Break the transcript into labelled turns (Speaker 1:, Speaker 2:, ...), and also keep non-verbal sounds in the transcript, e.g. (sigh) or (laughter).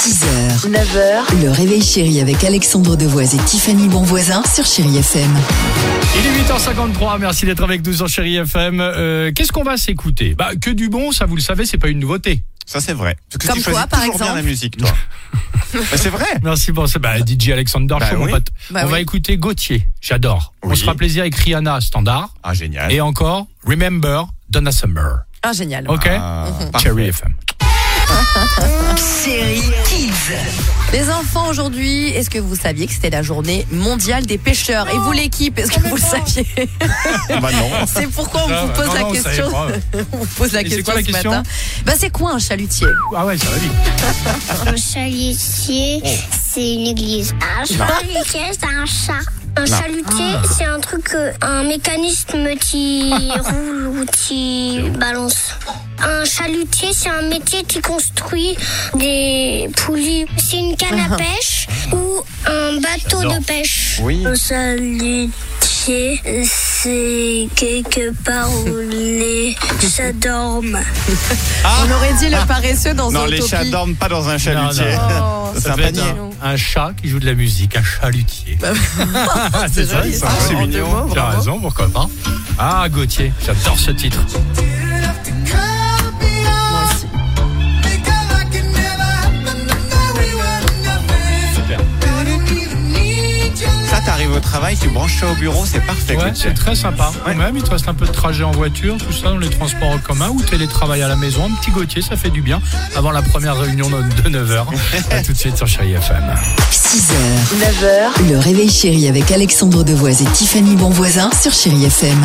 Speaker 1: 6h, 9h, le réveil chéri avec Alexandre Devoise et Tiffany Bonvoisin sur Chéri FM.
Speaker 2: Il est 8h53, merci d'être avec nous sur Chéri FM. Euh, Qu'est-ce qu'on va s'écouter Bah que du bon, ça vous le savez, c'est pas une nouveauté.
Speaker 3: Ça c'est vrai. Parce que
Speaker 1: Comme
Speaker 3: tu
Speaker 1: quoi,
Speaker 3: choisis
Speaker 1: par
Speaker 3: toujours bien
Speaker 1: exemple
Speaker 3: la
Speaker 1: (laughs)
Speaker 3: musique, toi. Bah, c'est vrai.
Speaker 2: Merci pour ça. Bah DJ Alexander,
Speaker 3: Bah
Speaker 2: Show, mon
Speaker 3: oui.
Speaker 2: pote.
Speaker 1: Bah
Speaker 2: On va
Speaker 1: oui.
Speaker 2: écouter Gauthier, j'adore. On
Speaker 3: Oui.
Speaker 2: se fera plaisir avec Rihanna, standard.
Speaker 3: Ah génial.
Speaker 2: Et encore, Remember, Donna Summer.
Speaker 1: Ah, génial.
Speaker 2: Ok
Speaker 1: (laughs)
Speaker 3: Ah, parfait.
Speaker 2: Chéri FM.
Speaker 1: Les enfants, aujourd'hui, est-ce que vous saviez que c'était la journée mondiale des pêcheurs Et vous, l'équipe, est-ce que vous le saviez
Speaker 2: (laughs)
Speaker 3: Bah non.
Speaker 1: C'est pourquoi on
Speaker 2: Ah,
Speaker 1: vous
Speaker 2: bah,
Speaker 1: pose
Speaker 2: non,
Speaker 1: la
Speaker 2: non, ça y est,
Speaker 1: question.
Speaker 2: bravo.
Speaker 1: (laughs) On vous pose la
Speaker 2: Et c'est
Speaker 1: question
Speaker 2: quoi la
Speaker 1: ce
Speaker 2: question
Speaker 1: matin. Bah, c'est quoi un chalutier
Speaker 2: Ah ouais, ça va vite.
Speaker 4: Un chalutier, c'est une église. Un chalutier, c'est un chat. Un chalutier, c'est un truc, euh, un mécanisme qui roule ou qui balance. Un chalutier, c'est un métier qui construit des poulies. C'est une canne à pêche ou un bateau de pêche.
Speaker 3: Oui.
Speaker 4: Un chalutier, c'est quelque part où (laughs) les chats dorment.
Speaker 2: Ah.
Speaker 1: On aurait dit le paresseux dans
Speaker 3: Non,
Speaker 1: un
Speaker 3: les chats dorment pas dans un chalutier.
Speaker 2: Non,
Speaker 1: Oh,
Speaker 3: (laughs) C'est
Speaker 2: Ça
Speaker 3: un
Speaker 2: peut être
Speaker 3: panier.
Speaker 2: un, un chat qui joue de la musique, un chalutier. c'est ça,
Speaker 1: joli,
Speaker 2: ils
Speaker 1: ça.
Speaker 2: sont-
Speaker 3: Ah, c'est
Speaker 1: En deux
Speaker 3: mignon.
Speaker 1: mots,
Speaker 2: Tu as
Speaker 1: bravo.
Speaker 2: raison, pourquoi pas Ah, Gauthier, j'adore ce titre.
Speaker 1: Moi aussi.
Speaker 2: Super.
Speaker 3: Ça, t'arrives au travail, tu branches ça au bureau, c'est parfait.
Speaker 2: Ouais,
Speaker 3: Gauthier.
Speaker 2: c'est très sympa.
Speaker 3: Ouais.
Speaker 2: Même, il te reste un peu de trajet en voiture, tout ça dans les transports en commun ou télétravail à la maison. Un petit Gauthier, ça fait du bien avant la première réunion de 9h. À tout de suite sur Chéri FM.
Speaker 1: 6h, 9h, le réveil chéri avec Alexandre Devoise et Tiffany Bonvoisin sur Chéri FM.